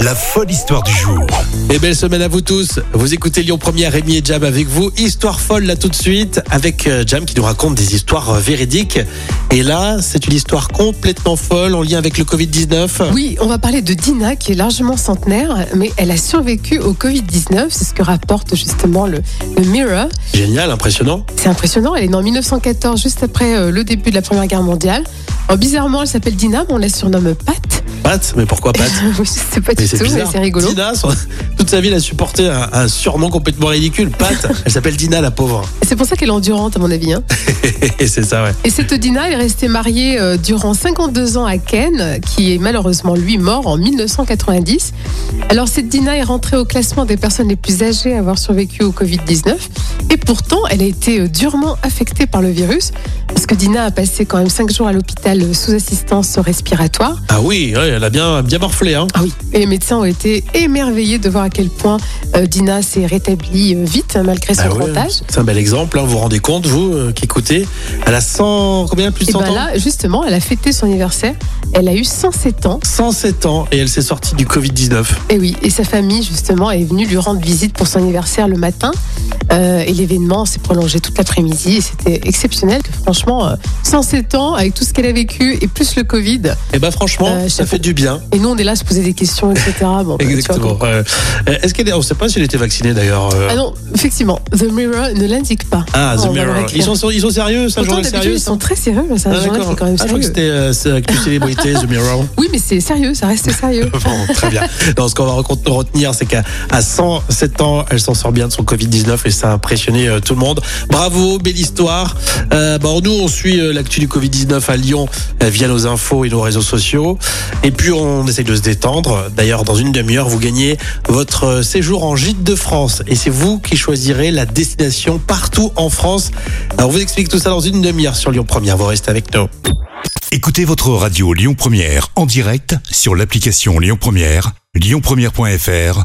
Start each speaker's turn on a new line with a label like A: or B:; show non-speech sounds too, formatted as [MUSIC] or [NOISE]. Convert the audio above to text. A: La folle histoire du jour.
B: Et belle semaine à vous tous. Vous écoutez Lyon Première, Rémi et Jam avec vous. Histoire folle là tout de suite avec euh, Jam qui nous raconte des histoires euh, véridiques. Et là, c'est une histoire complètement folle en lien avec le Covid-19.
C: Oui, on va parler de Dina qui est largement centenaire, mais elle a survécu au Covid-19, c'est ce que rapporte justement le, le Mirror.
B: Génial, impressionnant.
C: C'est impressionnant, elle est née en 1914, juste après euh, le début de la Première Guerre mondiale. Alors, bizarrement, elle s'appelle Dina, mais on la surnomme Pat. [LAUGHS]
B: Pat, mais pourquoi Pat
C: Je sais pas
B: Mais
C: du tout, mais c'est rigolo.
B: Dina, son- [LAUGHS] toute sa vie, elle a supporté un, un surnom complètement ridicule.
C: [LAUGHS]
B: Pat, elle s'appelle Dina, la pauvre. [LAUGHS]
C: Et C'est pour ça qu'elle est endurante, à mon avis. hein.
B: Et c'est ça, ouais.
C: Et cette Dina, elle est restée mariée euh, durant 52 ans à Ken, qui est malheureusement lui mort en 1990. Alors cette Dina est rentrée au classement des personnes les plus âgées à avoir survécu au Covid-19. Et pourtant, elle a été euh, durement affectée par le virus, parce que Dina a passé quand même 5 jours à l'hôpital euh, sous assistance respiratoire.
B: Ah oui, ouais, elle a bien, bien morflé. Hein.
C: Ah oui. Et les médecins ont été émerveillés de voir à quel point euh, Dina s'est rétablie euh, vite, hein, malgré son
B: Bah ouais,
C: grand âge.
B: C'est un bel exemple, hein. vous vous rendez compte, vous euh, qui écoutez, elle a 100, combien plus de
C: Et
B: 100
C: bien
B: ans
C: Eh ben là, justement, elle a fêté son anniversaire. Elle a eu 107 ans.
B: 107 ans et elle s'est sortie du Covid-19.
C: Et Eh oui, et sa famille justement est venue lui rendre visite pour son anniversaire le matin. Euh, et l'événement s'est prolongé toute l'après-midi et c'était exceptionnel. Que franchement, euh, 107 ans avec tout ce qu'elle a vécu et plus le Covid.
B: Et bah franchement,
C: Euh,
B: ça
C: chapeau.
B: fait du bien.
C: Et nous, on est là à se poser des questions, etc. Bon, bah, tu vois,
B: Exactement.
C: quoi.
B: Euh, Est-ce qu'elle est... On ne sait pas si elle était vaccinée d'ailleurs. euh.
C: Ah non, effectivement, The Mirror ne l'indique pas.
B: Ah, The
C: Oh, on va le
B: Mirror.
C: réécrire.
B: Ils sont, ils sont sérieux, ça,
C: Pourtant,
B: journal
C: d'habitude,
B: sérieux
C: ils
B: ça
C: sont très sérieux. là, C'est un
B: Ah,
C: journal qui est
B: d'accord.
C: quand même
B: Ah, je crois que
C: sérieux.
B: c'était euh, c'est avec une célébrité, The Mirror.
C: Oui, mais c'est sérieux, ça reste sérieux.
B: Bon, très bien. Non, ce qu'on va recont- retenir, c'est qu'à à 107 ans, elle s'en sort bien de son Covid-19 et ça a impressionné euh, tout le monde. Bravo, belle histoire. Euh, bon, nous, on suit euh, l'actu du Covid-19 à Lyon euh, via nos infos et nos réseaux sociaux. Et puis, on essaye de se détendre. D'ailleurs, dans une demi-heure, vous gagnez votre euh, séjour en gîte de France. Et c'est vous qui choisirez la destination partout en France. Alors, on vous explique tout ça dans une demi-heure sur Lyon Première. Vous restez avec nous.
A: Écoutez votre radio Lyon Première en direct sur l'application Lyon Première, lyonpremière.fr